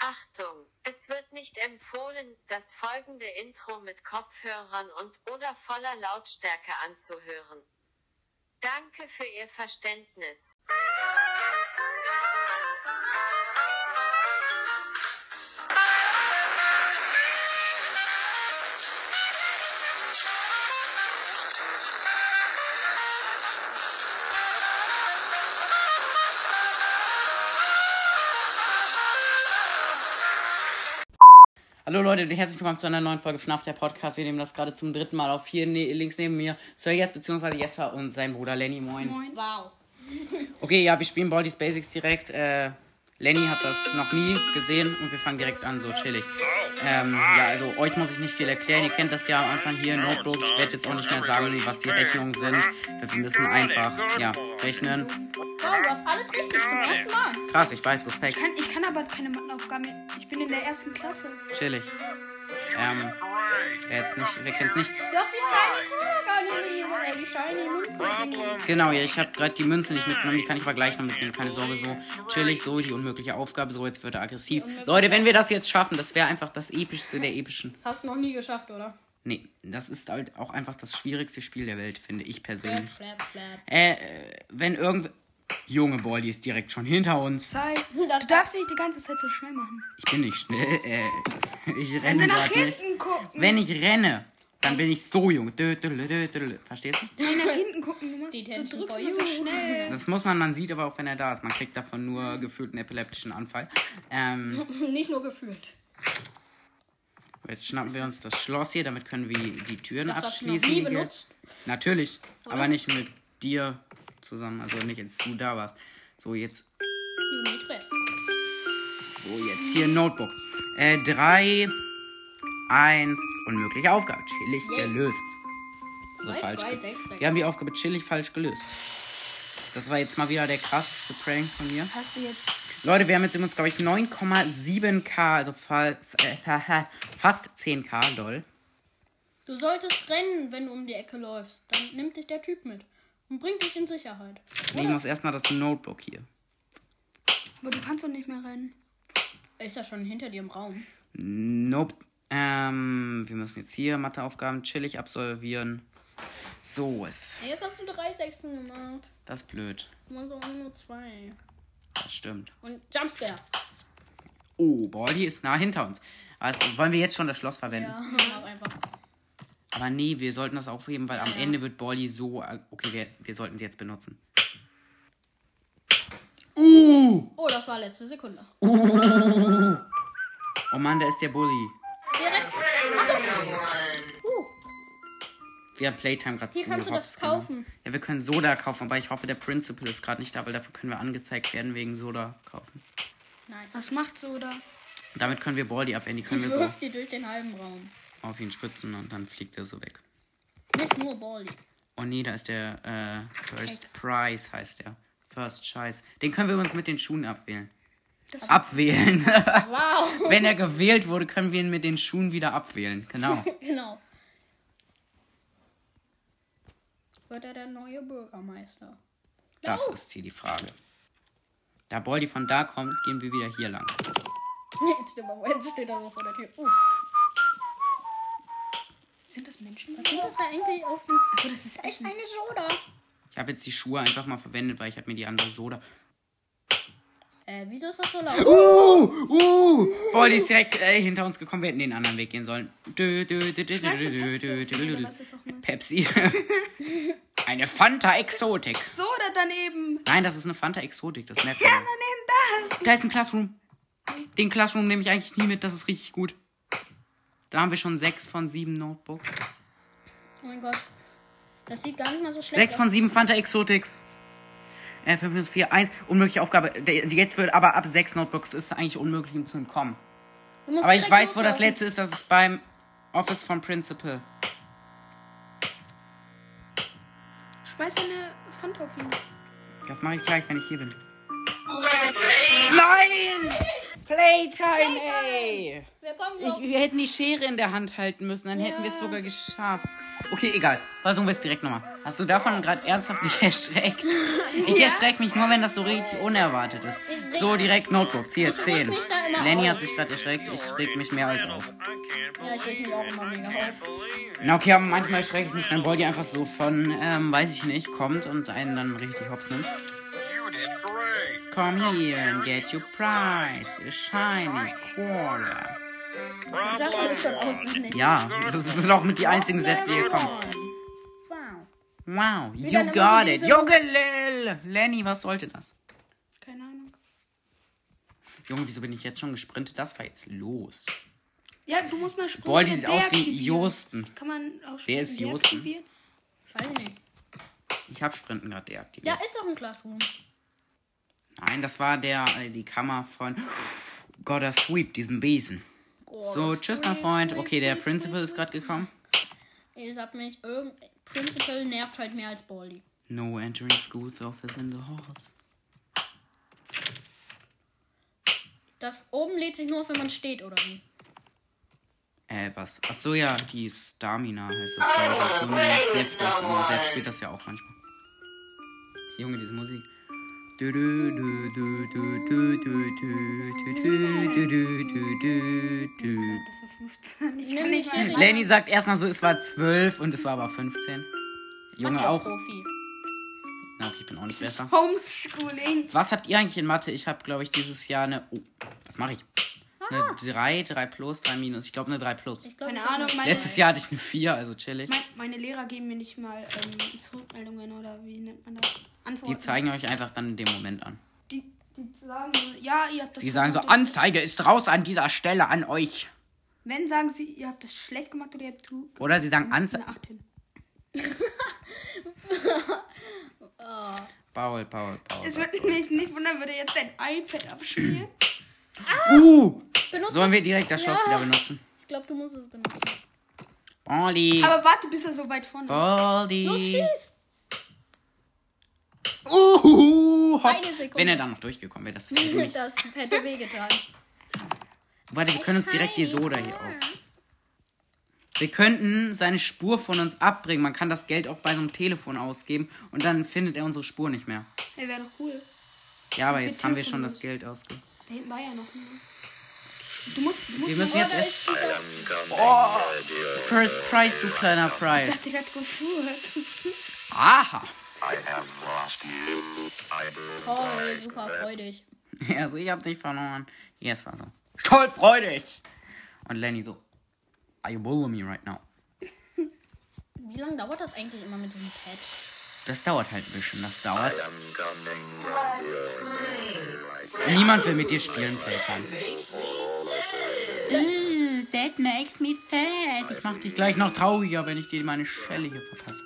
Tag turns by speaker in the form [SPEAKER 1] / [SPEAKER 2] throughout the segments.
[SPEAKER 1] Achtung, es wird nicht empfohlen, das folgende Intro mit Kopfhörern und oder voller Lautstärke anzuhören. Danke für Ihr Verständnis.
[SPEAKER 2] Hallo Leute und herzlich willkommen zu einer neuen Folge FNAF, der Podcast. Wir nehmen das gerade zum dritten Mal auf. Hier ne links neben mir Sir Yes bzw. Jesper und sein Bruder Lenny. Moin.
[SPEAKER 3] Wow.
[SPEAKER 2] Okay, ja, wir spielen Baldi's Basics direkt. Äh, Lenny hat das noch nie gesehen und wir fangen direkt an, so chillig. Ähm, ja, also euch muss ich nicht viel erklären. Ihr kennt das ja am Anfang hier, Notebooks. Ich werde jetzt auch nicht mehr sagen, was die Rechnungen sind. Wir müssen einfach, ja, rechnen.
[SPEAKER 3] Wow, du hast alles richtig zum ersten Mal.
[SPEAKER 2] Krass, ich weiß, Respekt.
[SPEAKER 4] Kann, ich kann aber keine Matheaufgaben mehr. Ich bin in der ersten Klasse.
[SPEAKER 2] Chillig. Ähm, wer jetzt nicht, wer kennt's nicht?
[SPEAKER 3] Doch, die Shiny kann gar nicht mitnehmen. Äh, die Shiny Münze.
[SPEAKER 2] Genau, ja, ich habe gerade die Münze nicht mitgenommen, die kann ich aber gleich noch mitnehmen, keine Sorge, so chillig, so die unmögliche Aufgabe, so jetzt wird er aggressiv. Leute, wenn wir das jetzt schaffen, das wäre einfach das epischste der epischen.
[SPEAKER 3] Das hast du noch nie geschafft, oder?
[SPEAKER 2] Nee, das ist halt auch einfach das schwierigste Spiel der Welt, finde ich persönlich.
[SPEAKER 3] Flap, flap.
[SPEAKER 2] Äh, äh, wenn irgend... Junge, Baldi ist direkt schon hinter uns.
[SPEAKER 4] Sei, du darfst nicht die ganze Zeit so schnell machen.
[SPEAKER 2] Ich bin nicht schnell, äh, ich
[SPEAKER 4] Wenn
[SPEAKER 2] renne
[SPEAKER 4] wir nach
[SPEAKER 2] grad Hm, nicht.
[SPEAKER 4] hinten gucken.
[SPEAKER 2] Wenn ich renne, dann bin ich so jung. Dö, dö, dö, dö, dö. Verstehst du?
[SPEAKER 4] Wenn wir nach hinten gucken, du,
[SPEAKER 3] Die
[SPEAKER 4] machst,
[SPEAKER 3] Tension
[SPEAKER 4] du drückst
[SPEAKER 3] for
[SPEAKER 4] nur
[SPEAKER 3] you.
[SPEAKER 4] so schnell.
[SPEAKER 2] Das muss man, man sieht aber auch, wenn er da ist. Man kriegt davon nur gefühlt einen epileptischen Anfall. Ähm,
[SPEAKER 3] Nicht nur gefühlt.
[SPEAKER 2] jetzt schnappen wir uns das Schloss hier, damit können wir die Türen
[SPEAKER 3] Das hast du noch
[SPEAKER 2] abschließen.
[SPEAKER 3] nie
[SPEAKER 2] die
[SPEAKER 3] benutzt.
[SPEAKER 2] jetzt- Natürlich, aber nicht mit dir zusammen, also nicht, als du da warst. So, jetzt,
[SPEAKER 3] You need rest.
[SPEAKER 2] so, jetzt hier ein Notebook. Äh, drei, eins, unmögliche Aufgabe. Chillig
[SPEAKER 3] Yay.
[SPEAKER 2] gelöst.
[SPEAKER 3] Zwei,
[SPEAKER 2] falsch
[SPEAKER 3] zwei,
[SPEAKER 2] ge-
[SPEAKER 3] sechs, sechs.
[SPEAKER 2] Wir haben die Aufgabe chillig falsch gelöst. Das war jetzt mal wieder der krasseste Prank von mir.
[SPEAKER 4] Hast du jetzt.
[SPEAKER 2] Leute, wir haben jetzt übrigens, glaube ich, 9,7k, also fa äh, fa fa- fast 10k, lol.
[SPEAKER 3] Du solltest rennen, wenn du um die Ecke läufst. Dann nimmt dich der Typ mit und bringt dich in Sicherheit.
[SPEAKER 2] Nehmen uns erstmal das Notebook hier.
[SPEAKER 4] Aber du kannst doch nicht mehr rennen.
[SPEAKER 3] Er ist ja schon hinter dir im Raum.
[SPEAKER 2] Nope. Ähm, wir müssen jetzt hier Matheaufgaben chillig absolvieren. So ist.
[SPEAKER 3] Jetzt hast du drei Sechsen gemacht.
[SPEAKER 2] Das ist blöd.
[SPEAKER 3] Man braucht nur zwei.
[SPEAKER 2] Das stimmt.
[SPEAKER 3] Und Jumpscare.
[SPEAKER 2] Oh, Baldi ist nah hinter uns. Also wollen wir jetzt schon das Schloss verwenden?
[SPEAKER 3] Ja, mach einfach.
[SPEAKER 2] Aber nee, wir sollten das aufheben, weil am Ende wird Baldi so. ag- Okay, wir, wir sollten es jetzt benutzen. Uh!
[SPEAKER 3] Oh, das war letzte Sekunde.
[SPEAKER 2] Oh Mann, da ist der Bully.
[SPEAKER 3] Direkt. Uh,
[SPEAKER 2] Wir haben Playtime gerade
[SPEAKER 3] Hier kannst du das kaufen.
[SPEAKER 2] Ja, wir können Soda kaufen, aber ich hoffe, der Principal ist gerade nicht da, weil dafür können wir angezeigt werden wegen Soda kaufen.
[SPEAKER 3] nice.
[SPEAKER 4] Was macht so oder?
[SPEAKER 2] Und damit können wir Baldi abwenden, die können wir so
[SPEAKER 3] Wirf die durch den halben Raum.
[SPEAKER 2] auf ihn spritzen und dann fliegt er so weg.
[SPEAKER 3] Nicht nur Baldi.
[SPEAKER 2] Oh nee, da ist der äh, First Prize heißt der. First Scheiß. Den können wir uns mit den Schuhen abwählen. abwählen.
[SPEAKER 3] Wow.
[SPEAKER 2] Wenn er gewählt wurde, können wir ihn mit den Schuhen wieder abwählen. Genau.
[SPEAKER 3] genau. Wird er der neue Bürgermeister?
[SPEAKER 2] Das ist hier die Frage. Da Baldi von da kommt, gehen wir wieder hier lang.
[SPEAKER 3] Jetzt steht, er, jetzt steht er so vor der Tür. Oh,
[SPEAKER 4] Sind das Menschen?
[SPEAKER 3] was sind das da eigentlich auf dem...
[SPEAKER 4] Achso, das ist Essen.
[SPEAKER 3] Eine Soda.
[SPEAKER 2] Ich habe jetzt die Schuhe einfach mal verwendet, weil ich habe mir die andere Soda.
[SPEAKER 3] Äh, wieso ist das so laut?
[SPEAKER 2] Uh, uh, oh, die ist direkt äh, hinter uns gekommen. Wir hätten den anderen Weg gehen sollen. Dö, dö, dö, dö, dö,
[SPEAKER 4] weiß nicht,
[SPEAKER 2] dö,
[SPEAKER 4] Pepsi.
[SPEAKER 2] dö, dö, dö, dö.
[SPEAKER 4] Aber es ist auch mit.
[SPEAKER 2] Pepsi. Eine Fanta Exotik.
[SPEAKER 4] So oder daneben.
[SPEAKER 2] Nein, das ist eine Fanta Exotik. Das merkt man.
[SPEAKER 4] Daneben das.
[SPEAKER 2] Da ist ein Classroom. Den Classroom nehme ich eigentlich nie mit. Das ist richtig gut. Da haben wir schon sechs von sieben Notebooks.
[SPEAKER 3] Oh mein Gott. Das sieht gar nicht mal so schlecht
[SPEAKER 2] Sechs von sieben Fanta Exotics. Äh, 5 minus 4, 1. Unmögliche Aufgabe. Der- Jetzt wird aber ab sechs Notebooks ist es eigentlich unmöglich, ihm zu entkommen.
[SPEAKER 3] aus. Du musst
[SPEAKER 2] Aber ich
[SPEAKER 3] direkt
[SPEAKER 2] weiß, wo das
[SPEAKER 3] loslaufen.
[SPEAKER 2] letzte ist. Das ist beim Office von Principal.
[SPEAKER 4] Schmeiß deine Fanta auf ihn.
[SPEAKER 2] Das mache ich gleich, wenn ich hier bin. Nein! Playtime, ey!
[SPEAKER 5] Wir kommen
[SPEAKER 2] Ich,
[SPEAKER 5] ich,
[SPEAKER 2] wir hätten die Schere in der Hand halten müssen, dann hätten wir es sogar geschafft. Okay, egal. Versuchen wir es direkt nochmal. Hast du davon gerade ernsthaft nicht erschreckt? Ich erschrecke mich nur, wenn das so richtig unerwartet ist. So direkt Notebooks. Hier, 10.
[SPEAKER 3] mich da immer
[SPEAKER 2] Lenny
[SPEAKER 3] auf.
[SPEAKER 2] hat sich gerade erschreckt. Ich schreck mich mehr als auf.
[SPEAKER 5] ja, ich reg mich auch immer mega auf.
[SPEAKER 2] Na okay, aber manchmal erschrecke ich mich, wenn Boldi einfach so von, ähm, weiß ich nicht, kommt und einen dann richtig hops nimmt. Come here and get your prize. A shiny quarter.
[SPEAKER 3] Das war schon auswendig.
[SPEAKER 2] Ja, das sind auch mit die einzigen Sätze, die hier kommen.
[SPEAKER 3] Wow.
[SPEAKER 2] Wow,
[SPEAKER 3] dann
[SPEAKER 2] you
[SPEAKER 3] immer
[SPEAKER 2] got
[SPEAKER 3] so
[SPEAKER 2] it.
[SPEAKER 3] diese-
[SPEAKER 2] Junge, Lil. Lenny, was sollte das?
[SPEAKER 4] Keine Ahnung.
[SPEAKER 2] Junge, wieso bin ich jetzt schon gesprintet? Das war jetzt los.
[SPEAKER 4] Ja, du musst mal springen.
[SPEAKER 2] Boah, die sieht
[SPEAKER 4] und
[SPEAKER 2] aus wie
[SPEAKER 4] deaktivieren.
[SPEAKER 2] Josten.
[SPEAKER 4] Kann man auch
[SPEAKER 2] Wer ist
[SPEAKER 4] springen,
[SPEAKER 2] Josten?
[SPEAKER 4] deaktivieren?
[SPEAKER 3] Weiß ich nicht.
[SPEAKER 2] Ich hab Sprinten gerade deaktiviert.
[SPEAKER 3] Ja, ist doch ein Classroom.
[SPEAKER 2] Nein, das war der, äh, die Kammer von Gotta Sweep, diesem Besen. So, tschüss, mein Freund. Okay, der Principal ist gerade gekommen.
[SPEAKER 3] Ihr sagt mich, irgend Principal nervt halt mehr als Baldi.
[SPEAKER 2] No entering school's office in the halls.
[SPEAKER 3] Das oben lädt sich nur auf, wenn man steht, oder wie?
[SPEAKER 2] Äh, was? Ach so ja, die Stamina heißt das, glaube ich. Ach so, nee, Sef das immer. Sef spielt das ja auch manchmal. Junge, diese Musik. Dü, dü, dü, dü, dü, dü, dü, dü, dü, dü, dü, dü, dü, dü.
[SPEAKER 3] Ich Nimm nicht mehr
[SPEAKER 2] Lenny sagt erstmal so, es war 12 und es war aber 15. Junge, auch.
[SPEAKER 3] Profi.
[SPEAKER 2] Na, okay, ich bin auch nicht besser.
[SPEAKER 4] Homeschooling.
[SPEAKER 2] Was habt ihr eigentlich in Mathe? Ich habe, glaube ich, dieses Jahr eine. Oh, was mache ich? Eine 3, 3 plus, 3 minus. Ich glaube, eine 3 plus.
[SPEAKER 3] Ich glaube,
[SPEAKER 4] Keine Ahnung, meine,
[SPEAKER 2] Letztes Jahr hatte ich eine 4, also chillig.
[SPEAKER 4] mein, meine Lehrer geben mir nicht mal ähm, Zurückmeldungen oder wie nennt man das? Antworten.
[SPEAKER 2] Die zeigen euch einfach dann in dem Moment an.
[SPEAKER 4] Die, die sagen so, ja, ihr habt das
[SPEAKER 2] Die sagen so,
[SPEAKER 4] gemacht.
[SPEAKER 2] Anzeige ist raus an dieser Stelle an euch.
[SPEAKER 4] Wenn sagen sie, ihr habt das schlecht gemacht oder ihr habt du.
[SPEAKER 2] Oder sie sagen
[SPEAKER 4] Eine
[SPEAKER 2] Anzeige.
[SPEAKER 4] Acht hin.
[SPEAKER 2] Paul, Paul, Paul.
[SPEAKER 4] Es würde mich nicht wundern, würde jetzt dein iPad abschmieren.
[SPEAKER 2] Uh!
[SPEAKER 3] benutzt
[SPEAKER 2] Sollen wir direkt das Schloss wieder benutzen?
[SPEAKER 3] Ich glaube, du musst es benutzen.
[SPEAKER 2] Baldi.
[SPEAKER 4] Aber warte, bis er so weit vorne
[SPEAKER 2] Oh. Baldi.
[SPEAKER 3] Tschüss.
[SPEAKER 2] Uhu, hops.
[SPEAKER 3] Eine Sekunde.
[SPEAKER 2] Wenn er dann noch durchgekommen wäre, das ist nicht.
[SPEAKER 3] Das hätte wehgetan.
[SPEAKER 2] Warte, wir können uns direkt die Soda hier auf. Wir könnten seine Spur von uns abbringen. Man kann das Geld auch bei so einem Telefon ausgeben und dann findet er unsere Spur nicht mehr.
[SPEAKER 4] ist. Ey, wäre doch cool.
[SPEAKER 2] Ja, aber jetzt haben wir
[SPEAKER 4] Telefon
[SPEAKER 2] schon
[SPEAKER 4] los.
[SPEAKER 2] das Geld ausgegeben.
[SPEAKER 4] Da hinten war ja noch einer. Du musst, du musst
[SPEAKER 2] Wir müssen
[SPEAKER 4] noch-
[SPEAKER 2] jetzt erst. Oh, First Prize, du kleiner
[SPEAKER 4] Ich
[SPEAKER 2] Prize.
[SPEAKER 4] dachte, der hat geführt.
[SPEAKER 2] Aha.
[SPEAKER 3] Toll, super freudig.
[SPEAKER 2] Also ich hab dich verloren. Ja, es war so. Stolfreudig. Und Lenny so. Are you bullying me right now?
[SPEAKER 3] Wie lange dauert das eigentlich immer mit diesem Patch?
[SPEAKER 2] Das dauert halt ein bisschen. Das dauert. Niemand will mit dir spielen, Playtime. Ooh, That makes me sad. Ich mach dich gleich noch trauriger, wenn ich dir meine Schelle hier verpasse.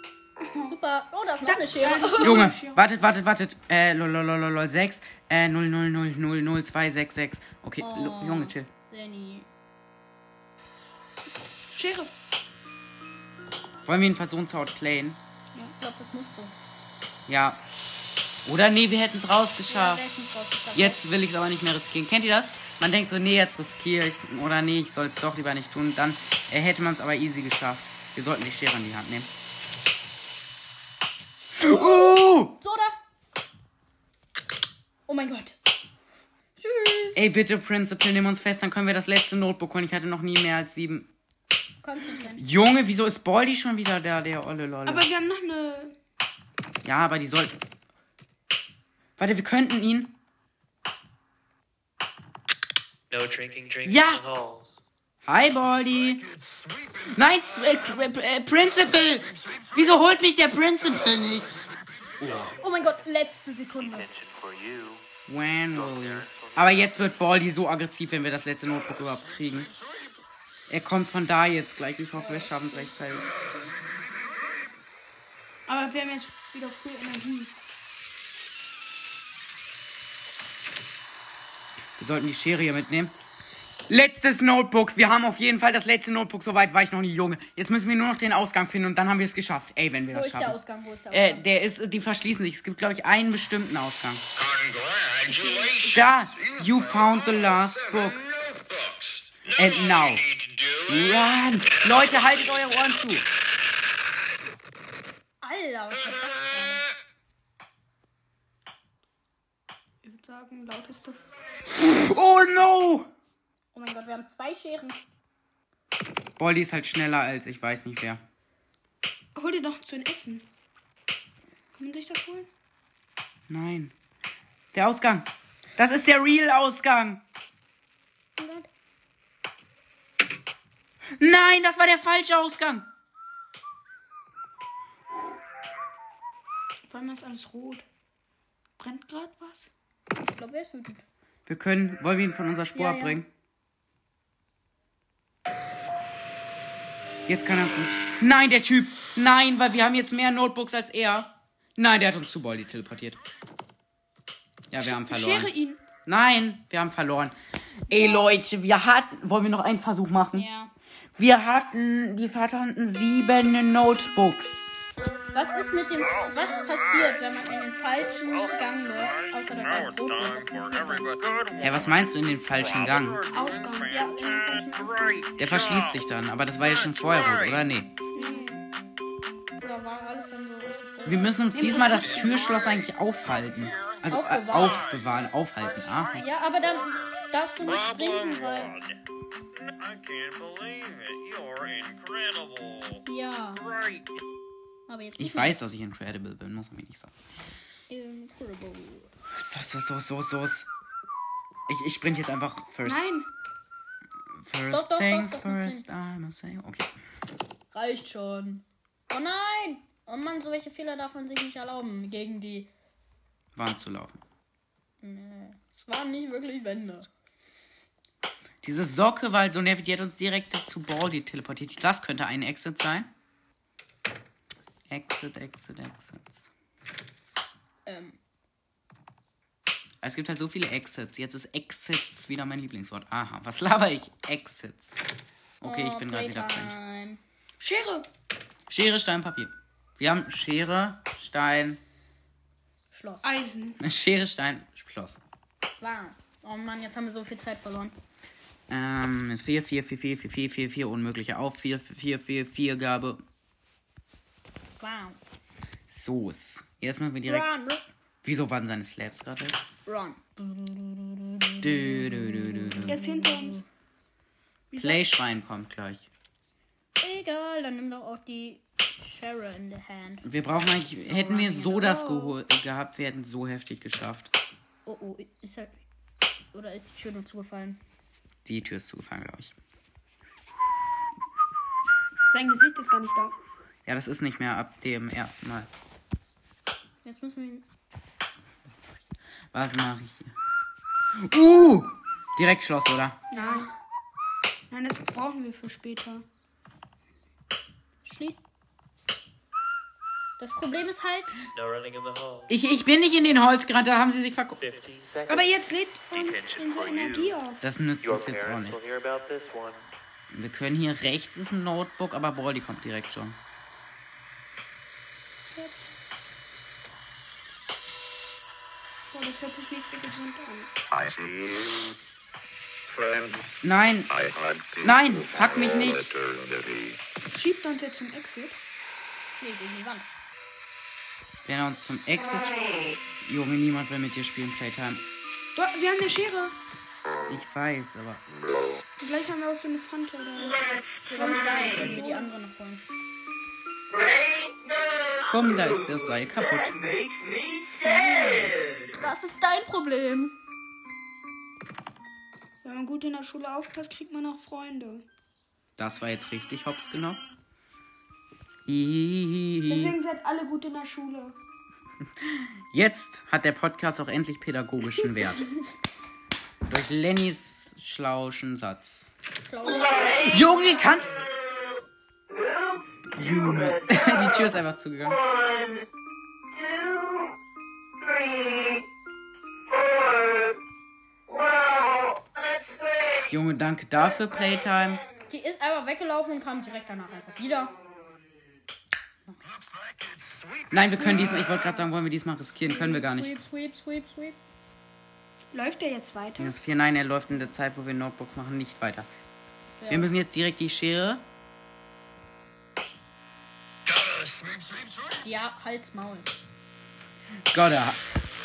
[SPEAKER 3] Super. Oh, da ist noch eine Schere.
[SPEAKER 2] Junge, wartet, wartet, wartet. Äh, lololololol 6. Äh, 0000266. Okay, lo- Junge, chill.
[SPEAKER 3] Lenny.
[SPEAKER 4] Schere.
[SPEAKER 2] Wollen wir ihn versuchen zu outplayen?
[SPEAKER 3] Ich glaube, das musst du.
[SPEAKER 2] Ja. Oder nee, wir hätten es
[SPEAKER 3] Ja,
[SPEAKER 2] rausgeschafft.
[SPEAKER 3] wer ist denn rausgekommen?
[SPEAKER 2] Jetzt will ich es aber nicht mehr riskieren. Kennt ihr das? Man denkt so, nee, jetzt riskiere ich oder nee, ich soll es doch lieber nicht tun. Dann äh, hätte man es aber easy geschafft. Wir sollten die Schere in die Hand nehmen. Oh!
[SPEAKER 3] Soda. Oh mein Gott. Tschüss.
[SPEAKER 2] Ey, bitte, Principal, nimm uns fest, dann können wir das letzte Notebook holen. Ich hatte noch nie mehr als sieben.
[SPEAKER 3] Konstantin.
[SPEAKER 2] Junge, wieso ist Baldi schon wieder da, der olle Lolle?
[SPEAKER 4] Aber wir haben noch eine.
[SPEAKER 2] ja, aber die sollten. Warte, wir könnten ihn.
[SPEAKER 6] No drinking drinks
[SPEAKER 2] Ja.
[SPEAKER 6] in the halls.
[SPEAKER 2] Hi, Baldi. Nein, äh, äh, äh, Principal! Wieso holt mich der Principal nicht?
[SPEAKER 3] Oh mein Gott, letzte Sekunde.
[SPEAKER 6] Attention for you.
[SPEAKER 2] When will you? Aber jetzt wird Baldi so aggressiv, wenn wir das letzte Notebook überhaupt kriegen. Er kommt von da jetzt gleich. Ich hoffe, wir schaffen es rechtzeitig.
[SPEAKER 4] Aber wir haben jetzt wieder viel Energie.
[SPEAKER 2] Wir sollten die Schere hier mitnehmen. Letztes Notebook. Wir haben auf jeden Fall das letzte Notebook. Soweit war ich noch nie, Junge. Jetzt müssen wir nur noch den Ausgang finden und dann haben wir es geschafft. Ey, wenn wir
[SPEAKER 3] Wo
[SPEAKER 2] das
[SPEAKER 3] ist der
[SPEAKER 2] schaffen.
[SPEAKER 3] Ausgang? Wo ist der
[SPEAKER 2] Äh,
[SPEAKER 3] Ausgang?
[SPEAKER 2] der ist, die verschließen sich. Es gibt, glaube ich, einen bestimmten Ausgang. Da, you found the last book. And now. Mm. Run! Leute, haltet eure Ohren zu.
[SPEAKER 3] Alter, was war das
[SPEAKER 4] Ich würde sagen, lauteste.
[SPEAKER 2] Oh no!
[SPEAKER 3] gerade? Oh mein Gott, wir haben zwei Scheren.
[SPEAKER 2] Boldi ist halt schneller als ich weiß nicht wer.
[SPEAKER 4] Hol dir doch zu ein Essen. Kann man sich das holen?
[SPEAKER 2] Nein. Der Ausgang. Das ist der Real-Ausgang. Nein, das war der falsche Ausgang.
[SPEAKER 4] Vor allem ist alles rot. Brennt gerade was?
[SPEAKER 3] Ich glaube, er ist wütend.
[SPEAKER 2] Wir können, wollen wir ihn von unserer Spur
[SPEAKER 3] Ja, ja.
[SPEAKER 2] abbringen? Jetzt kann er uns nicht. Nein, der Typ. Nein, weil wir haben jetzt mehr Notebooks als er. Nein, der hat uns zu Boldi teleportiert. Ja, wir haben verloren.
[SPEAKER 4] Schere ihn.
[SPEAKER 2] Nein, wir haben verloren. Ey Leute, wir hatten. Wollen wir noch einen Versuch machen?
[SPEAKER 3] Ja.
[SPEAKER 2] Wir hatten. Die Vater hatten sieben Notebooks.
[SPEAKER 3] Was ist mit dem. Was passiert, wenn man einen falschen Gang läuft? Außer
[SPEAKER 5] Now
[SPEAKER 3] dass man
[SPEAKER 5] it's
[SPEAKER 3] rot
[SPEAKER 5] time
[SPEAKER 3] läuft.
[SPEAKER 5] for everybody. Good
[SPEAKER 2] Ja, was meinst du in den falschen Gang?
[SPEAKER 4] Ausgang, ja.
[SPEAKER 2] Der verschließt sich dann, aber das war ja schon vorher rot, oder? Nee.
[SPEAKER 4] Oder war alles dann so richtig rot?
[SPEAKER 2] Wir müssen uns diesmal das Türschloss eigentlich aufhalten. Also äh,
[SPEAKER 3] Aufbewahren.
[SPEAKER 2] aufbewahren, aufhalten. Ah,
[SPEAKER 3] Ja, aber dann darfst du nicht springen, weil.
[SPEAKER 5] I can't believe it. You're incredible.
[SPEAKER 3] Ja,
[SPEAKER 5] Great.
[SPEAKER 3] aber jetzt
[SPEAKER 2] ich
[SPEAKER 3] nicht
[SPEAKER 2] weiß, dass ich incredible bin, muss man mir nicht sagen.
[SPEAKER 3] Incredible.
[SPEAKER 2] So, so, so, so, so. Ich, ich sprint jetzt einfach first.
[SPEAKER 4] Nein.
[SPEAKER 2] First
[SPEAKER 3] Doch, doch, doch,
[SPEAKER 2] things
[SPEAKER 3] doch, okay.
[SPEAKER 2] first, I'm a say. Okay.
[SPEAKER 3] Reicht schon. Oh nein! Oh Mann, so welche Fehler darf man sich nicht erlauben gegen die.
[SPEAKER 2] Warm zu laufen.
[SPEAKER 3] Nee. Es waren nicht wirklich Wände.
[SPEAKER 2] Diese Socke war halt so nervig, die hat uns direkt zu Baldi teleportiert. Das könnte ein Exit sein. Exit, Exit, Exit.
[SPEAKER 3] Ähm,
[SPEAKER 2] Es gibt halt so viele Exits. Jetzt ist Exits wieder mein Lieblingswort. Aha, was laber ich? Exits. Okay, ich
[SPEAKER 3] oh,
[SPEAKER 2] bin gerade wieder cringe.
[SPEAKER 3] Playtime.
[SPEAKER 4] Schere.
[SPEAKER 2] Schere, Stein, Papier. Wir haben Schere, Stein,
[SPEAKER 3] Schloss.
[SPEAKER 4] Eisen.
[SPEAKER 2] Schere, Stein, Schloss.
[SPEAKER 3] War. Oh Mann, jetzt haben wir so viel Zeit verloren.
[SPEAKER 2] Ähm, ist 4, 4, 4, 4, 4, 4, 4, 4, unmögliche auf. 4, 4, 4, 4, Gabe.
[SPEAKER 3] Wow.
[SPEAKER 2] Soos. Jetzt machen wir direkt.
[SPEAKER 3] Run,
[SPEAKER 2] Wieso waren seine Slaps gerade?
[SPEAKER 3] run.
[SPEAKER 2] Dö, dö, dö, dö, dö.
[SPEAKER 4] Er ist hinter uns.
[SPEAKER 2] Playschwein kommt gleich.
[SPEAKER 3] Egal, dann nimm doch auch die Share in the hand.
[SPEAKER 2] Wir brauchen eigentlich. Hätten wir so das geho- gehabt, wir hätten es so heftig geschafft.
[SPEAKER 3] Oh oh, ist er. Oder ist die Tür nur zugefallen?
[SPEAKER 2] Die Tür ist zugefallen, glaube ich.
[SPEAKER 4] Sein Gesicht ist gar nicht da.
[SPEAKER 2] Ja, das ist nicht mehr ab dem ersten Mal.
[SPEAKER 3] Jetzt müssen wir ihn.
[SPEAKER 2] Was mache ich hier? Uh! Direkt Schloss, oder?
[SPEAKER 4] Nein. Nein, das brauchen wir für später.
[SPEAKER 3] Schließen. Das Problem ist halt,
[SPEAKER 6] No running in the hall.
[SPEAKER 2] Ich, ich bin nicht in den Holz gerade, da haben sie sich verguckt.
[SPEAKER 6] 15 seconds.
[SPEAKER 4] Aber jetzt lädt uns
[SPEAKER 6] Detention
[SPEAKER 4] unsere
[SPEAKER 6] for you.
[SPEAKER 4] Energie auf.
[SPEAKER 2] Das nützt
[SPEAKER 6] Your
[SPEAKER 2] uns jetzt auch
[SPEAKER 6] parents will
[SPEAKER 2] nicht.
[SPEAKER 6] hear about this one.
[SPEAKER 2] Wir können hier rechts ist ein Notebook, aber Baldi kommt direkt schon.
[SPEAKER 4] Boah, das hört sich nicht so gesund an.
[SPEAKER 7] I see you, friend.
[SPEAKER 2] Nein,
[SPEAKER 7] I had to
[SPEAKER 2] Nein, pack mich nicht.
[SPEAKER 7] return the key.
[SPEAKER 4] Schiebt uns jetzt zum Exit.
[SPEAKER 3] nee, gegen die Wand.
[SPEAKER 2] wenn er uns zum Exit. Junge, niemand will mit dir spielen, Playtime.
[SPEAKER 4] Boah, wir haben eine Schere.
[SPEAKER 2] Ich weiß, aber.
[SPEAKER 4] Gleich haben wir auch so eine Fanta da.
[SPEAKER 3] Wenn wir die andere noch holen.
[SPEAKER 2] Komm, da ist das Seil kaputt.
[SPEAKER 3] Das ist dein Problem.
[SPEAKER 4] Wenn man gut in der Schule aufpasst, kriegt man auch Freunde.
[SPEAKER 2] Das war jetzt richtig hops genommen. Hihihihi.
[SPEAKER 4] Deswegen seid alle gut in der Schule.
[SPEAKER 2] Jetzt hat der Podcast auch endlich pädagogischen Wert. Durch Lennys schlauschen Satz. Junge, kannst. Junge. Die Tür ist einfach zugegangen. Junge, danke dafür, Playtime.
[SPEAKER 3] Die ist einfach weggelaufen und kam direkt danach einfach wieder.
[SPEAKER 2] Nein, wir können diesmal, ich wollte gerade sagen, wollen wir diesmal riskieren, können wir gar nicht.
[SPEAKER 3] Sweep, sweep, sweep, sweep.
[SPEAKER 4] Läuft der jetzt weiter?
[SPEAKER 2] Minus 4, nein, er läuft in der Zeit, wo wir Notebooks machen, nicht weiter. Wir müssen jetzt direkt die Schere.
[SPEAKER 3] Ja, Hals, Maul.
[SPEAKER 2] Gotta.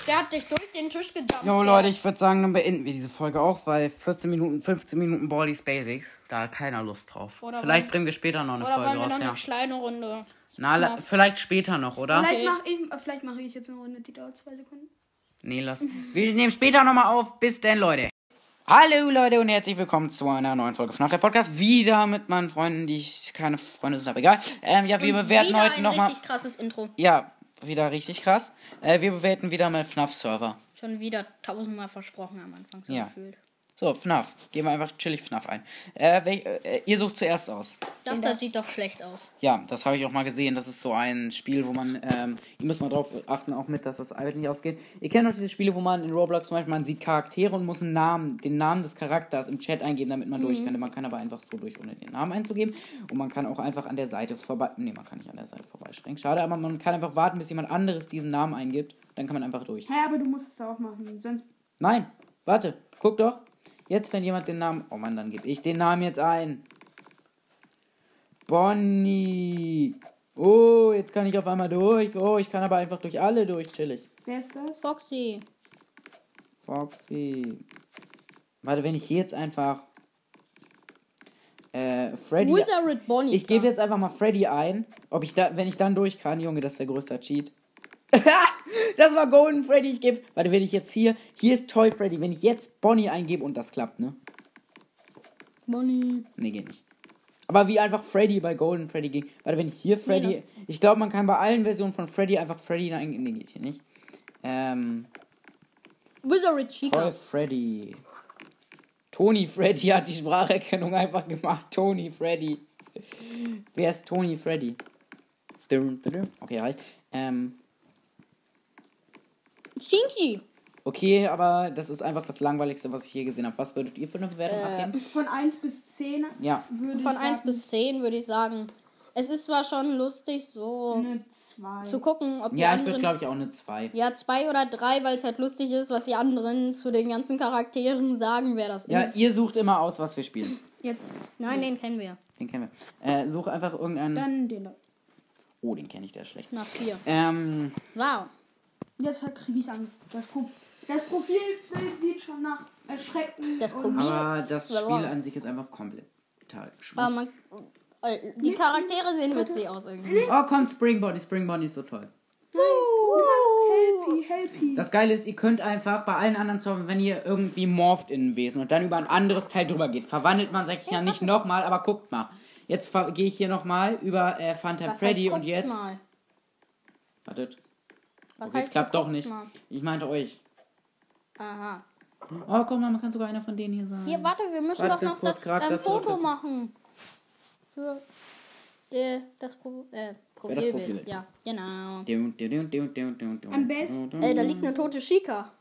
[SPEAKER 3] Der hat dich durch den Tisch gedampft.
[SPEAKER 2] Jo Leute, ich würde sagen, dann beenden wir diese Folge auch, weil 14 Minuten, 15 Minuten Baldi's Basics, da hat keiner Lust drauf.
[SPEAKER 3] Oder
[SPEAKER 2] vielleicht
[SPEAKER 3] wollen-
[SPEAKER 2] bringen wir später noch eine
[SPEAKER 3] Oder wollen
[SPEAKER 2] Folge
[SPEAKER 3] wir
[SPEAKER 2] raus,
[SPEAKER 3] noch eine
[SPEAKER 2] ja.
[SPEAKER 3] kleine Runde?
[SPEAKER 2] Na, la- vielleicht später noch, oder?
[SPEAKER 4] Vielleicht mache ich, äh, vielleicht mache ich jetzt eine Runde, die dauert zwei Sekunden.
[SPEAKER 2] Nee, lass. Wir nehmen später nochmal auf. Bis denn, Leute. Hallo Leute und herzlich willkommen zu einer neuen Folge von Nach der Podcast. Wieder mit meinen Freunden, die ich keine Freunde sind, aber egal. Ähm, ja, wir bewerten
[SPEAKER 3] Wieder
[SPEAKER 2] heute
[SPEAKER 3] ein
[SPEAKER 2] nochmal.
[SPEAKER 3] richtig krasses Intro.
[SPEAKER 2] Ja, wieder richtig krass. Äh, wir bewerten wieder mal FNAF-Server.
[SPEAKER 3] Schon wieder tausendmal versprochen am Anfang so
[SPEAKER 2] Ja.
[SPEAKER 3] gefühlt.
[SPEAKER 2] So, FNAF. Gehen wir einfach chillig FNAF ein. Äh, wel- äh, ihr sucht zuerst aus.
[SPEAKER 3] Das da sieht doch schlecht aus.
[SPEAKER 2] Ja, das habe ich auch mal gesehen. Das ist so ein Spiel, wo man, ähm, ihr müsst mal drauf achten, auch mit, dass das Alter nicht ausgeht. Ihr kennt doch diese Spiele, wo man in Roblox zum Beispiel, man sieht Charaktere und muss einen Namen, den Namen des Charakters im Chat eingeben, damit man durch kann. Man kann aber einfach so durch, ohne den Namen einzugeben. Und man kann auch einfach an der Seite vorbei, nee, man kann nicht an der Seite vorbeischränken. Schade, aber man kann einfach warten, bis jemand anderes diesen Namen eingibt. Dann kann man einfach durch.
[SPEAKER 4] Hä, aber du musst es auch machen, sonst.
[SPEAKER 2] Nein, warte, guck doch. Jetzt, wenn jemand den Namen. Oh Mann, dann gebe ich den Namen jetzt ein. Bonnie. Oh, jetzt kann ich auf einmal durch. Oh, ich kann aber einfach durch alle durch, chillig.
[SPEAKER 4] Wer ist das?
[SPEAKER 3] Foxy.
[SPEAKER 2] Foxy. Warte, wenn ich hier jetzt einfach. Äh, Freddy.
[SPEAKER 3] Wizard Bonnie.
[SPEAKER 2] Ich gebe jetzt einfach mal Freddy ein. Ob ich da, wenn ich dann durch kann, Junge, das wäre größter Cheat. das war Golden Freddy. Ich gebe. Warte, wenn ich jetzt hier. Hier ist Toy Freddy. Wenn ich jetzt Bonnie eingebe und das klappt, ne?
[SPEAKER 3] Bonnie.
[SPEAKER 2] Nee, geht nicht. Aber wie einfach Freddy bei Golden Freddy ging. Warte, wenn ich hier Freddy. Ich glaube, man kann bei allen Versionen von Freddy einfach Freddy eingeben. Nee, geht hier nicht. Ähm.
[SPEAKER 3] Wizard
[SPEAKER 2] Toy
[SPEAKER 3] Chica.
[SPEAKER 2] Freddy. Tony Freddy hat die Spracherkennung einfach gemacht. Tony Freddy. Wer ist Tony Freddy? Dum, dum, dum. Okay, reicht. Ähm,
[SPEAKER 3] Chinky.
[SPEAKER 2] okay, aber das ist einfach das langweiligste, was ich je gesehen habe. Was würdet ihr für eine Bewertung
[SPEAKER 3] Äh,
[SPEAKER 2] abgeben?
[SPEAKER 4] Von 1 bis 10
[SPEAKER 2] Ja.
[SPEAKER 4] würde ich
[SPEAKER 3] Von
[SPEAKER 4] sagen,
[SPEAKER 3] 1 bis 10 würde ich sagen. Es ist zwar schon lustig, so
[SPEAKER 4] eine 2.
[SPEAKER 3] zu gucken, ob die
[SPEAKER 2] Ja, ich würde,
[SPEAKER 3] anderen.
[SPEAKER 2] glaube ich, auch eine 2.
[SPEAKER 3] ja, zwei oder drei, weil es halt lustig ist, was die anderen zu den ganzen Charakteren sagen, wer das
[SPEAKER 2] Ja,
[SPEAKER 3] ist.
[SPEAKER 2] ihr sucht immer aus, was wir spielen.
[SPEAKER 4] Jetzt
[SPEAKER 3] Nein, den kennen wir.
[SPEAKER 2] Den kennen wir. Äh, such einfach irgendeinen.
[SPEAKER 4] dann den da.
[SPEAKER 2] Oh, den kenne ich, der ist schlecht.
[SPEAKER 3] Nach vier.
[SPEAKER 2] Ähm,
[SPEAKER 3] Wow.
[SPEAKER 4] Jetzt halt kriege ich Angst. Das, Pro das Profilbild sieht schon nach Erschrecken.
[SPEAKER 3] Das
[SPEAKER 4] und-
[SPEAKER 3] Profil-
[SPEAKER 2] aber das
[SPEAKER 3] Ist
[SPEAKER 2] Spiel
[SPEAKER 3] wrong.
[SPEAKER 2] an sich ist einfach komplett total
[SPEAKER 3] Aber
[SPEAKER 2] schmutz.
[SPEAKER 3] man, äh, die Charaktere sehen witzig aus irgendwie.
[SPEAKER 2] Oh, kommt Spring Bonnie. Spring Bonnie ist so toll.
[SPEAKER 4] Helpy, helpy.
[SPEAKER 2] Das Geile ist, ihr könnt einfach bei allen anderen Zauber, wenn ihr irgendwie morpht in ein Wesen und dann über ein anderes Teil drüber geht, verwandelt man sich ja nicht nochmal, aber guckt mal. Jetzt ver- gehe ich hier nochmal über äh, Fanta
[SPEAKER 3] Was
[SPEAKER 2] Freddy
[SPEAKER 3] heißt,
[SPEAKER 2] und
[SPEAKER 3] guckt
[SPEAKER 2] jetzt.
[SPEAKER 3] Mal.
[SPEAKER 2] Wartet.
[SPEAKER 3] Was
[SPEAKER 2] Okay,
[SPEAKER 3] heißt,
[SPEAKER 2] es klappt doch
[SPEAKER 3] guckt
[SPEAKER 2] nicht.
[SPEAKER 3] Mal.
[SPEAKER 2] Ich meinte euch.
[SPEAKER 3] Aha.
[SPEAKER 2] Oh, guck mal, man kann sogar einer von denen hier sein.
[SPEAKER 3] Hier, warte, wir müssen
[SPEAKER 2] Warte,
[SPEAKER 3] doch noch
[SPEAKER 2] kurz
[SPEAKER 3] das
[SPEAKER 2] grad
[SPEAKER 3] ähm,
[SPEAKER 2] dazu
[SPEAKER 3] Foto
[SPEAKER 2] setzen.
[SPEAKER 3] machen. Für äh, das, Pro äh, Profilbild.
[SPEAKER 2] Profilbild.
[SPEAKER 3] Ja, genau.
[SPEAKER 2] Dum, dum, dum, dum, dum, dum, dum.
[SPEAKER 4] Am besten-
[SPEAKER 3] Äh, da liegt eine tote Chica.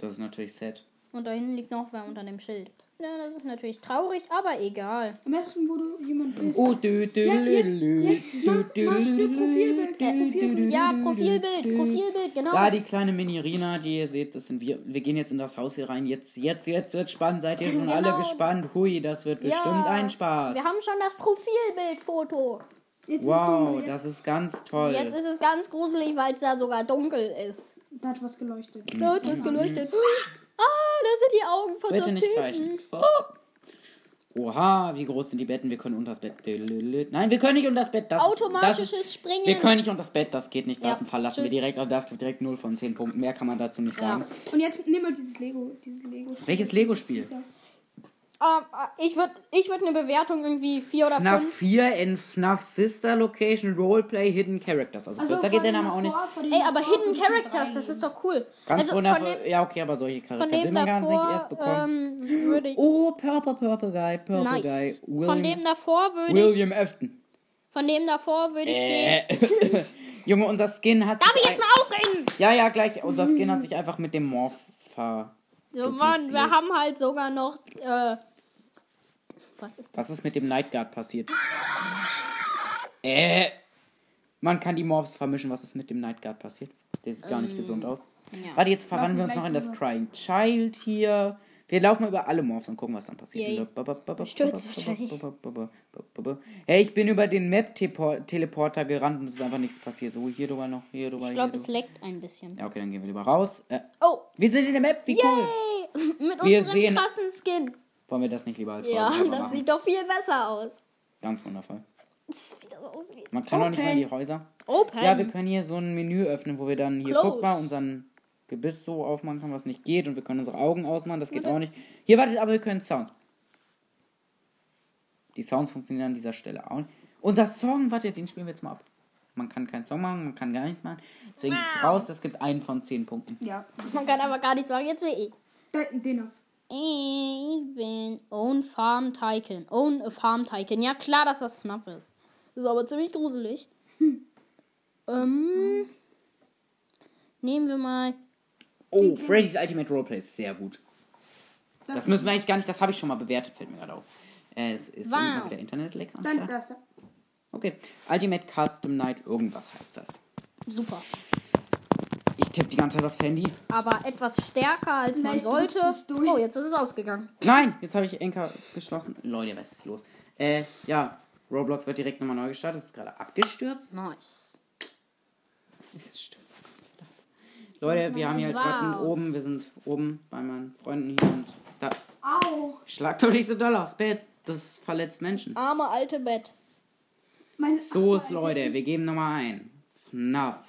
[SPEAKER 2] Das ist natürlich sad.
[SPEAKER 3] Und da hinten liegt noch wer unter dem Schild. Ja, das ist natürlich traurig, aber egal.
[SPEAKER 4] Am besten, wo du jemand bist.
[SPEAKER 2] Oh, dü, dü,
[SPEAKER 4] Ja,
[SPEAKER 2] lü,
[SPEAKER 4] jetzt,
[SPEAKER 2] lü,
[SPEAKER 4] jetzt,
[SPEAKER 2] dü,
[SPEAKER 4] mach,
[SPEAKER 2] dü,
[SPEAKER 4] mach
[SPEAKER 2] lü,
[SPEAKER 4] für
[SPEAKER 2] lü,
[SPEAKER 4] Profilbild.
[SPEAKER 2] dü,
[SPEAKER 4] Profil-
[SPEAKER 2] dü, dü,
[SPEAKER 3] Ja,
[SPEAKER 2] dü,
[SPEAKER 3] Profilbild,
[SPEAKER 2] dü, dü.
[SPEAKER 3] Profilbild, genau.
[SPEAKER 2] Da die kleine Mini-Rina, die ihr seht, das sind wir. Wir gehen jetzt in das Haus hier rein. Jetzt, jetzt, jetzt wird spannend. Seid ihr schon
[SPEAKER 3] Genau.
[SPEAKER 2] alle gespannt? Hui, das wird
[SPEAKER 3] Ja.
[SPEAKER 2] bestimmt ein Spaß.
[SPEAKER 3] Wir haben schon das Profilbildfoto.
[SPEAKER 4] Jetzt ist
[SPEAKER 2] wow,
[SPEAKER 4] dunkel,
[SPEAKER 2] das
[SPEAKER 4] jetzt.
[SPEAKER 2] ist ganz toll.
[SPEAKER 3] Jetzt ist es ganz gruselig, weil es da sogar dunkel ist.
[SPEAKER 4] Da hat was geleuchtet.
[SPEAKER 2] Mhm.
[SPEAKER 3] Da hat das geleuchtet. Ah, das sind die Augen von so
[SPEAKER 2] Bitte
[SPEAKER 3] einem
[SPEAKER 2] nicht
[SPEAKER 3] Typen.
[SPEAKER 2] falschen. Oha, wie groß sind die Betten? Wir können unter das Bett. Dü, lü, lü. Nein, wir können nicht unter das Bett. Das, das
[SPEAKER 3] Automatisches
[SPEAKER 2] ist,
[SPEAKER 3] Springen.
[SPEAKER 2] Wir können nicht unter das Bett, das geht nicht.
[SPEAKER 3] Ja,
[SPEAKER 2] Daten verlassen
[SPEAKER 3] tschüss.
[SPEAKER 2] wir direkt. Also das gibt direkt 0 von 10 Punkten. Mehr kann man dazu nicht
[SPEAKER 3] Ja.
[SPEAKER 2] sagen.
[SPEAKER 4] Und jetzt nimm mal dieses Lego. Dieses Lego
[SPEAKER 2] Welches Lego-Spiel?
[SPEAKER 3] Ah, ah, ich würde ich würd eine Bewertung irgendwie 4 oder
[SPEAKER 2] FNAF
[SPEAKER 3] 5.
[SPEAKER 2] 4 in FNAF Sister Location Roleplay Hidden Characters. Also, kürzer geht der Name auch nicht.
[SPEAKER 3] Ey, aber Hidden Characters, das ist doch cool.
[SPEAKER 2] Ganz
[SPEAKER 3] also von
[SPEAKER 2] wundervoll.
[SPEAKER 3] dem,
[SPEAKER 2] Ja, okay, aber solche
[SPEAKER 3] von
[SPEAKER 2] Charakter will
[SPEAKER 3] dem
[SPEAKER 2] man gar nicht
[SPEAKER 3] davor
[SPEAKER 2] erst bekommen.
[SPEAKER 3] ähm, würde ich...
[SPEAKER 2] oh, Purple Purple Guy, Purple
[SPEAKER 3] nice.
[SPEAKER 2] Guy. William,
[SPEAKER 3] Von dem davor würde ich...
[SPEAKER 2] William Afton.
[SPEAKER 3] Von dem davor würde ich
[SPEAKER 2] Äh.
[SPEAKER 3] den...
[SPEAKER 2] Junge, unser Skin hat
[SPEAKER 3] Darf
[SPEAKER 2] sich
[SPEAKER 3] ich jetzt
[SPEAKER 2] ein-
[SPEAKER 3] mal ausreden?
[SPEAKER 2] Ja, ja, gleich. Unser Skin hat sich einfach mit dem Morph ver...
[SPEAKER 3] So, Mann, wir
[SPEAKER 2] Dupliziert.
[SPEAKER 3] haben halt sogar noch... Äh, was ist das?
[SPEAKER 2] Was ist mit dem Night Guard passiert? Äh. Man kann die Morphs vermischen. Was ist mit dem Night Guard
[SPEAKER 3] Ähm,
[SPEAKER 2] passiert? Der sieht gar nicht gesund aus. Warte, jetzt verwandeln wir uns noch in das Crying Child hier. Wir laufen über alle Morphs und gucken, was dann passiert.
[SPEAKER 3] Yay.
[SPEAKER 2] Ba, ba, ba, ba,
[SPEAKER 3] Stürzt
[SPEAKER 2] ba, ba,
[SPEAKER 3] wahrscheinlich.
[SPEAKER 2] ba, ba, ba, ba, ba, ba. Hey, ich bin über den Map-Teleporter gerannt und es ist einfach nichts passiert. So, hier drüber noch, hier drüber,
[SPEAKER 3] Ich
[SPEAKER 2] hier
[SPEAKER 3] glaube, es
[SPEAKER 2] drüber.
[SPEAKER 3] leckt ein bisschen.
[SPEAKER 2] Ja, okay, dann gehen wir lieber raus. Äh,
[SPEAKER 3] Oh,
[SPEAKER 2] wir sind in der Map, wie cool.
[SPEAKER 3] yay! Mit
[SPEAKER 2] Wir
[SPEAKER 3] unserem
[SPEAKER 2] sehen-
[SPEAKER 3] krassen Skin.
[SPEAKER 2] Wollen wir das nicht lieber als
[SPEAKER 3] Ja,
[SPEAKER 2] Folgencover
[SPEAKER 3] das
[SPEAKER 2] machen?
[SPEAKER 3] sieht doch viel besser aus.
[SPEAKER 2] Ganz wundervoll.
[SPEAKER 3] Das ist, Wie das aussieht.
[SPEAKER 2] Man kann doch nicht mehr in die Häuser.
[SPEAKER 3] Open.
[SPEAKER 2] Ja, wir können hier so ein Menü öffnen, wo wir dann hier,
[SPEAKER 3] Close.
[SPEAKER 2] guck mal, unseren Gebiss so aufmachen können, was nicht geht. Und wir können unsere Augen ausmachen, das geht auch nicht. Hier, wartet, aber wir können Sound. Die Sounds funktionieren an dieser Stelle auch. Unser Song, wartet, den spielen wir jetzt mal ab. Man kann keinen Song machen, man kann gar nichts machen. Deswegen gehe ich raus, das gibt einen von zehn Punkten.
[SPEAKER 4] Ja.
[SPEAKER 3] Man kann aber gar nichts machen. Jetzt will ich.
[SPEAKER 4] Den, den noch.
[SPEAKER 3] Ich bin Own Farm Tycoon. Own a Farm Tycoon. Ja, klar, dass das knapp ist. Ist aber ziemlich gruselig. Ähm, nehmen wir mal.
[SPEAKER 2] Oh, Freddy's Ultimate Roleplay ist sehr gut. Das müssen wir eigentlich gar nicht, das habe ich schon mal bewertet, fällt mir gerade auf. Äh, es ist
[SPEAKER 3] Wow.
[SPEAKER 2] immer wieder Internet-Lag am
[SPEAKER 4] Dann
[SPEAKER 2] Start.
[SPEAKER 4] das da.
[SPEAKER 2] Okay. Ultimate Custom Night, irgendwas heißt das.
[SPEAKER 3] Super.
[SPEAKER 2] Ich tippe die ganze Zeit aufs Handy.
[SPEAKER 3] Aber etwas stärker als man
[SPEAKER 4] Vielleicht
[SPEAKER 3] sollte.
[SPEAKER 4] drückst du's durch.
[SPEAKER 3] Oh, jetzt ist es ausgegangen.
[SPEAKER 2] Nein! Jetzt habe ich Enker geschlossen. Leute, was ist los? Äh, ja. Roblox wird direkt nochmal neu gestartet. Es ist gerade abgestürzt.
[SPEAKER 3] Nice.
[SPEAKER 2] Es stürzt komplett ab. Leute, wir haben hier halt gerade
[SPEAKER 3] Wow.
[SPEAKER 2] einen oben. Wir sind oben bei meinen Freunden hier und da.
[SPEAKER 4] Au.
[SPEAKER 2] Schlag doch nicht so doll aufs Bett. Das verletzt Menschen.
[SPEAKER 3] Arme alte Bett.
[SPEAKER 4] Meine
[SPEAKER 2] So
[SPEAKER 3] Oh
[SPEAKER 2] ist, Leute. Wir geben nochmal ein. FNAF.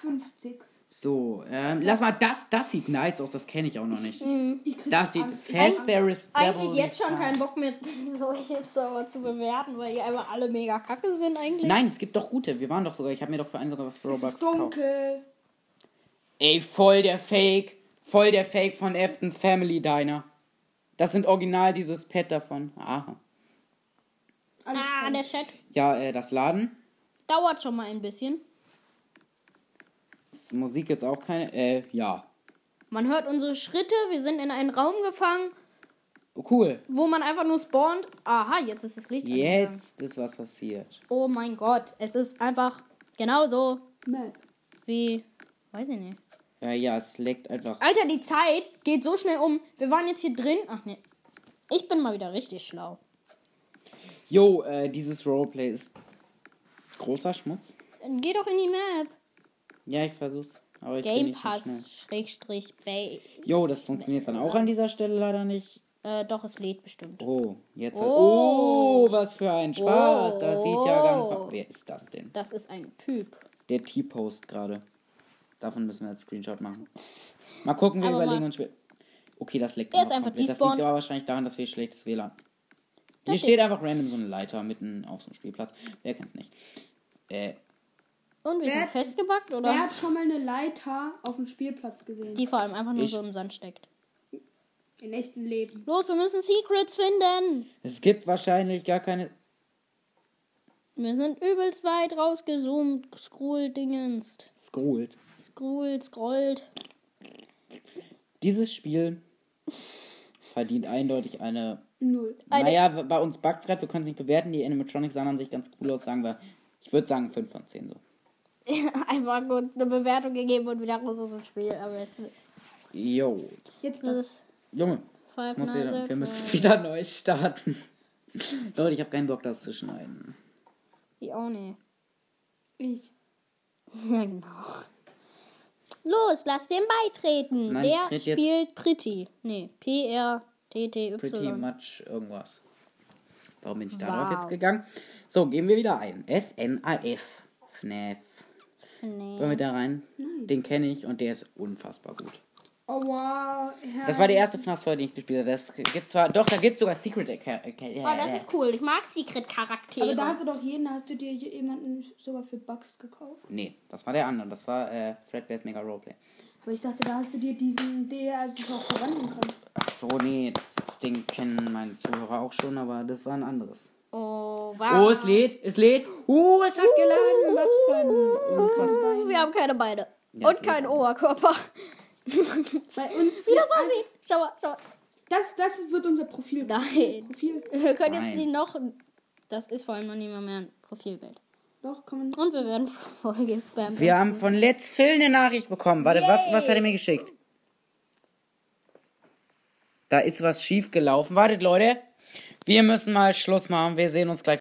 [SPEAKER 4] 50.
[SPEAKER 2] So, ähm, lass mal, das, das sieht nice aus, das kenne ich auch noch nicht.
[SPEAKER 4] Ich krieg
[SPEAKER 2] Das sieht
[SPEAKER 4] Angst.
[SPEAKER 2] Fazbear's
[SPEAKER 3] Mhm. Eigentlich
[SPEAKER 2] Devil's
[SPEAKER 3] jetzt schon
[SPEAKER 2] Son.
[SPEAKER 3] keinen Bock mehr, solche Server zu bewerten, weil die einfach alle mega kacke sind eigentlich.
[SPEAKER 2] Nein, es gibt doch gute. Wir waren doch sogar, ich habe mir doch für einen sogar was für
[SPEAKER 4] Es
[SPEAKER 2] Robux
[SPEAKER 4] ist
[SPEAKER 2] gekauft.
[SPEAKER 4] dunkel.
[SPEAKER 2] Ey, voll der Fake. Voll der Fake von Eftons Family Diner. Das sind original dieses Pad davon. Aha.
[SPEAKER 4] Alles
[SPEAKER 3] Ah,
[SPEAKER 4] klar.
[SPEAKER 3] der Chat
[SPEAKER 2] Ja, äh, das Laden.
[SPEAKER 3] dauert schon mal ein bisschen.
[SPEAKER 2] Ist Musik jetzt auch keine. Äh, ja.
[SPEAKER 3] Man hört unsere Schritte, wir sind in einen Raum gefangen,
[SPEAKER 2] Cool.
[SPEAKER 3] wo man einfach nur spawnt. Aha, jetzt ist das Licht angegangen.
[SPEAKER 2] Jetzt ist was passiert.
[SPEAKER 3] Oh mein Gott, es ist einfach genauso
[SPEAKER 4] Map.
[SPEAKER 3] wie. Weiß ich nicht.
[SPEAKER 2] Ja, ja, es leckt einfach.
[SPEAKER 3] Alter, die Zeit geht so schnell um. Wir waren jetzt hier drin. Ach nee. Ich bin mal wieder richtig schlau.
[SPEAKER 2] Jo, äh, dieses Roleplay ist großer Schmutz.
[SPEAKER 3] Dann geh doch in die Map.
[SPEAKER 2] Ja, ich versuch's. Aber ich bin
[SPEAKER 3] Game
[SPEAKER 2] nicht so schnell.
[SPEAKER 3] Pass Schrägstrich Bay.
[SPEAKER 2] Jo, das funktioniert dann auch an dieser Stelle leider nicht.
[SPEAKER 3] Äh, doch, es lädt bestimmt.
[SPEAKER 2] Oh, jetzt. Hat,
[SPEAKER 3] Oh.
[SPEAKER 2] oh, was für ein Spaß. Das sieht ja ganz.
[SPEAKER 3] Oh.
[SPEAKER 2] Wer ist das denn?
[SPEAKER 3] Das ist ein Typ.
[SPEAKER 2] Der T-Post gerade. Davon müssen wir als Screenshot machen. Mal gucken, wir
[SPEAKER 3] Aber
[SPEAKER 2] überlegen
[SPEAKER 3] mal.
[SPEAKER 2] uns später. Okay, das leckt.
[SPEAKER 3] Der
[SPEAKER 2] immer
[SPEAKER 3] ist einfach
[SPEAKER 2] komplett. Das
[SPEAKER 3] despawned.
[SPEAKER 2] liegt aber wahrscheinlich daran, dass wir schlechtes WLAN. Hier
[SPEAKER 3] steht-
[SPEAKER 2] steht einfach random so eine Leiter mitten auf so einem Spielplatz. Wer kennt's nicht? Äh,
[SPEAKER 3] Und wir
[SPEAKER 4] Wer-
[SPEAKER 3] sind festgebackt, oder?
[SPEAKER 4] Wer hat schon mal eine Leiter auf dem Spielplatz gesehen?
[SPEAKER 3] Die vor allem einfach nur
[SPEAKER 2] Ich-
[SPEAKER 3] so im Sand steckt.
[SPEAKER 4] In echten Leben.
[SPEAKER 3] Los, wir müssen Secrets finden.
[SPEAKER 2] es gibt wahrscheinlich gar keine.
[SPEAKER 3] Wir sind übelst weit rausgezoomt. Scroll-Dingenst.
[SPEAKER 2] Scrollt.
[SPEAKER 3] Scroll, scrollt.
[SPEAKER 2] Dieses Spiel verdient eindeutig eine
[SPEAKER 4] Null.
[SPEAKER 3] Eine-
[SPEAKER 2] Naja, w- bei uns bugs gerade, wir können es nicht bewerten. Die Animatronics sahen an sich ganz cool aus, sagen wir. Ich würde sagen 5 von 10 so.
[SPEAKER 3] Einfach gut eine Bewertung gegeben und wieder raus aus dem Spiel. Aber es
[SPEAKER 2] Yo.
[SPEAKER 4] Jetzt
[SPEAKER 3] das
[SPEAKER 4] das.
[SPEAKER 3] ist
[SPEAKER 2] Junge,
[SPEAKER 3] Five
[SPEAKER 2] das muss
[SPEAKER 3] Nights
[SPEAKER 2] wieder,
[SPEAKER 3] at
[SPEAKER 2] wir müssen
[SPEAKER 3] Freddy's.
[SPEAKER 2] wieder neu starten. Leute, ich habe keinen Bock, das zu schneiden.
[SPEAKER 3] die auch nicht.
[SPEAKER 4] Ich.
[SPEAKER 3] Ja, genau. Los, lass den beitreten.
[SPEAKER 2] Nein, ich
[SPEAKER 3] Der
[SPEAKER 2] trete jetzt-
[SPEAKER 3] spielt Pretty. Nee, P-R-T-T-Y.
[SPEAKER 2] Pretty much irgendwas. Warum bin ich darauf
[SPEAKER 3] Wow.
[SPEAKER 2] jetzt gegangen? So, gehen wir wieder ein. FNAF. FNAF. Wollen wir
[SPEAKER 3] Nee.
[SPEAKER 2] da rein? Den kenne ich und der ist unfassbar gut.
[SPEAKER 4] Oh wow. Herr.
[SPEAKER 2] Das war der erste FNAF, den ich gespielt habe. Das gibt zwar, doch, da gibt es sogar Secret Acca-
[SPEAKER 3] Oh, das ist cool. Ich mag
[SPEAKER 4] Aber da
[SPEAKER 3] Secret-Charaktere.
[SPEAKER 4] hast du doch jeden, hast du dir jemanden sogar für Bugs gekauft?
[SPEAKER 2] Nee, das war der andere. Das war äh, Fredbear's Mega Roleplay.
[SPEAKER 4] Aber ich dachte, da hast du dir diesen, der sich auch verwandeln kann.
[SPEAKER 2] Achso, nee, das Ding kennen meine Zuhörer auch schon, aber das war ein anderes.
[SPEAKER 3] Oh,
[SPEAKER 2] Oh,
[SPEAKER 3] wow.
[SPEAKER 2] es lädt, es läht. Oh, es hat geladen. Was für ein unfassbar.
[SPEAKER 3] Wir haben keine Beine.
[SPEAKER 2] Ja,
[SPEAKER 3] und
[SPEAKER 2] das
[SPEAKER 3] keinen
[SPEAKER 2] geht auch.
[SPEAKER 3] Oberkörper.
[SPEAKER 4] Bei uns
[SPEAKER 3] Wie das aussieht. Schau mal, schau mal.
[SPEAKER 4] Das, das wird unser Profil.
[SPEAKER 3] Nein.
[SPEAKER 4] Profil.
[SPEAKER 3] Wir können jetzt
[SPEAKER 2] Nein.
[SPEAKER 3] die noch. Das ist vor allem noch nicht mal mehr ein Profilbild.
[SPEAKER 4] Doch, kann man.
[SPEAKER 3] Und wir werden voll gespammt.
[SPEAKER 2] Wir haben von Let's Phil eine Nachricht bekommen. Warte, was, was hat er mir geschickt? Da ist was schief gelaufen. Wartet, Leute. Wir müssen mal Schluss machen. Wir sehen uns gleich.